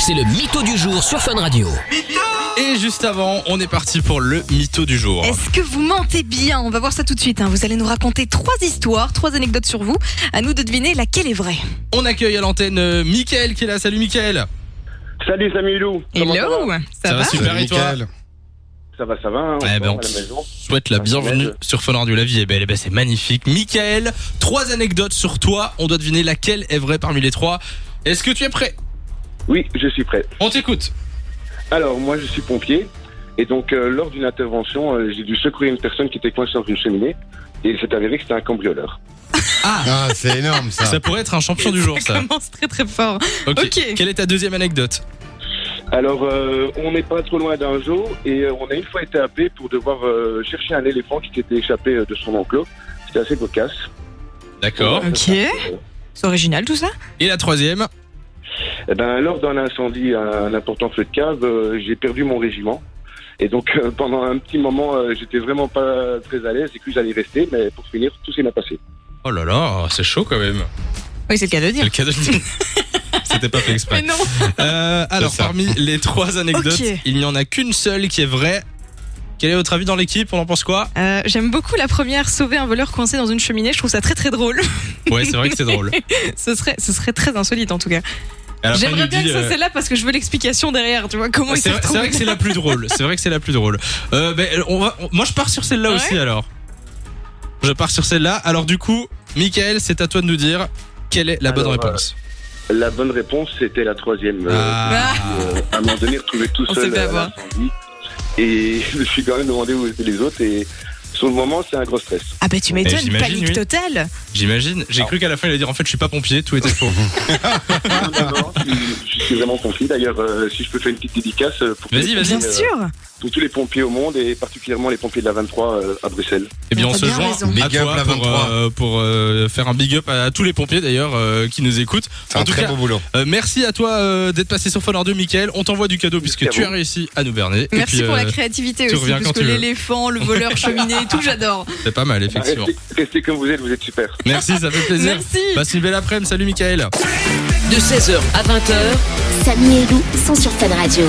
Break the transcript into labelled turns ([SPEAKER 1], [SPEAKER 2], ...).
[SPEAKER 1] C'est le mytho du jour sur Fun Radio.
[SPEAKER 2] Et juste avant, on est parti pour le mytho du jour.
[SPEAKER 3] Est-ce que vous mentez bien On va voir ça tout de suite. hein. Vous allez nous raconter trois histoires, trois anecdotes sur vous. À nous de deviner laquelle est vraie.
[SPEAKER 2] On accueille à l'antenne euh, Mickaël qui est là. Salut Mickaël.
[SPEAKER 4] Salut Samuelou Comment ça va
[SPEAKER 3] Ça, va,
[SPEAKER 2] super et toi
[SPEAKER 4] Ça va, ça va, hein,
[SPEAKER 2] Eh
[SPEAKER 4] on
[SPEAKER 2] ben,
[SPEAKER 4] sort à la
[SPEAKER 2] on-
[SPEAKER 4] maison.
[SPEAKER 2] Souhaite la bienvenue sur Fun Radio. La vie est belle. Eh ben, c'est magnifique. Mickaël, trois anecdotes sur toi. On doit deviner laquelle est vraie parmi les trois. Est-ce que tu es prêt
[SPEAKER 4] Oui, je suis prêt.
[SPEAKER 2] On t'écoute.
[SPEAKER 4] Alors, moi, je suis pompier. Et donc, euh, lors d'une intervention, euh, j'ai dû secourir une personne qui était coincée dans une cheminée. Et il s'est avéré que c'était un cambrioleur.
[SPEAKER 5] Ah, c'est énorme ça.
[SPEAKER 2] Ça pourrait être un champion du jour, ça.
[SPEAKER 3] commence très très fort. Ok.
[SPEAKER 2] ok. Quelle est ta deuxième anecdote
[SPEAKER 4] Alors, euh, on n'est pas trop loin d'un zoo. Et euh, on a une fois été appelé pour devoir euh, chercher un éléphant qui s'était échappé euh, de son enclos. C'était assez cocasse. Euh,
[SPEAKER 2] D'accord.
[SPEAKER 3] Ok. C'est original tout ça
[SPEAKER 2] Et la troisième
[SPEAKER 4] Eh ben, lors d'un incendie, un important feu de cave, euh, j'ai perdu mon régiment. Et donc, euh, pendant un petit moment, euh, j'étais vraiment pas très à l'aise. J'ai cru que j'allais rester, mais pour finir, tout s'est bien passé.
[SPEAKER 2] Oh là là, c'est chaud quand même.
[SPEAKER 3] Oui, c'est le cas de
[SPEAKER 2] C'est
[SPEAKER 3] dire.
[SPEAKER 2] le cas de le dire. C'était pas fait exprès.
[SPEAKER 3] Mais non
[SPEAKER 2] Euh, alors,
[SPEAKER 5] C'est ça.
[SPEAKER 2] parmi les trois anecdotes,
[SPEAKER 3] Ok.
[SPEAKER 2] il n'y en a qu'une seule qui est vraie. Quel est votre avis dans l'équipe On en pense quoi
[SPEAKER 3] Euh, J'aime beaucoup la première, sauver un voleur coincé dans une cheminée. Je trouve ça très très drôle.
[SPEAKER 2] Ouais, c'est vrai que c'est drôle.
[SPEAKER 3] ce, serait, ce serait très insolite en tout cas.
[SPEAKER 2] À la fin, il
[SPEAKER 3] J'aimerais
[SPEAKER 2] nous
[SPEAKER 3] bien
[SPEAKER 2] dit,
[SPEAKER 3] que ça
[SPEAKER 2] euh, Ah,
[SPEAKER 3] c'est là parce que je veux l'explication derrière. Tu vois comment il
[SPEAKER 2] c'est
[SPEAKER 3] s'est
[SPEAKER 2] vrai, c'est
[SPEAKER 3] retrouvé
[SPEAKER 2] vrai que c'est la plus drôle. C'est vrai que c'est la plus drôle. Euh, ben, on va, on- moi, je pars sur celle-là
[SPEAKER 3] Ouais.
[SPEAKER 2] aussi alors. Je pars sur celle-là. Alors du coup, Michael, c'est à toi de nous dire quelle est la bonne
[SPEAKER 4] Alors,
[SPEAKER 5] euh,
[SPEAKER 2] réponse.
[SPEAKER 4] La bonne réponse, c'était la troisième. Euh,
[SPEAKER 2] Ah.
[SPEAKER 4] euh, à un moment donné, retrouvé tout
[SPEAKER 3] On s'est
[SPEAKER 4] seul
[SPEAKER 3] fait
[SPEAKER 4] euh, à
[SPEAKER 3] avoir.
[SPEAKER 4] l'incendie. Et je me suis quand même demandé où étaient les autres. Et sur le moment, c'est un gros stress.
[SPEAKER 3] Ah bah tu
[SPEAKER 2] Eh,
[SPEAKER 3] m'étonnes,
[SPEAKER 2] j'imagine,
[SPEAKER 3] panique
[SPEAKER 2] oui.
[SPEAKER 3] totale.
[SPEAKER 2] J'imagine. J'ai cru qu'à la fin, il allait dire en fait, je suis pas pompier, tout était faux.
[SPEAKER 4] Non, non, non, je- je suis vraiment confiant. D'ailleurs, euh, si je peux faire une petite dédicace euh, pour, tous
[SPEAKER 2] Vas-y,
[SPEAKER 4] les
[SPEAKER 2] vas-y.
[SPEAKER 3] Bien
[SPEAKER 4] pompiers, euh,
[SPEAKER 3] sûr.
[SPEAKER 4] pour tous les pompiers au monde et particulièrement les pompiers de la 23 euh, à Bruxelles.
[SPEAKER 2] Eh bien, on
[SPEAKER 3] T'as
[SPEAKER 2] se
[SPEAKER 3] bien
[SPEAKER 2] joint
[SPEAKER 3] raison.
[SPEAKER 2] à
[SPEAKER 5] Big up,
[SPEAKER 2] toi
[SPEAKER 5] la
[SPEAKER 2] pour,
[SPEAKER 5] 23.
[SPEAKER 2] euh, pour, euh, faire un big up à, tous les pompiers d'ailleurs euh, qui nous écoutent.
[SPEAKER 5] C'est un
[SPEAKER 2] En tout
[SPEAKER 5] très
[SPEAKER 2] cas,
[SPEAKER 5] beau boulot.
[SPEAKER 2] Euh, merci à toi euh, d'être passé sur Fun 2, Michael. On t'envoie du cadeau puisque
[SPEAKER 4] Merci à
[SPEAKER 2] tu as
[SPEAKER 4] vous.
[SPEAKER 2] réussi à nous berner.
[SPEAKER 3] Merci
[SPEAKER 2] Et puis,
[SPEAKER 3] pour la
[SPEAKER 2] euh,
[SPEAKER 3] créativité
[SPEAKER 2] tu
[SPEAKER 3] aussi,
[SPEAKER 2] reviens
[SPEAKER 3] parce
[SPEAKER 2] quand
[SPEAKER 3] que
[SPEAKER 2] tu veux.
[SPEAKER 3] l'éléphant, le voleur cheminée et tout, j'adore.
[SPEAKER 2] c'est pas mal, effectivement.
[SPEAKER 4] Restez, restez comme vous êtes, vous êtes super.
[SPEAKER 2] Merci, ça fait plaisir.
[SPEAKER 3] Merci.
[SPEAKER 2] Passe une belle après-midi. Salut, Michael.
[SPEAKER 1] De 16h à 20h,
[SPEAKER 6] Samy et Lou sont sur Fan Radio.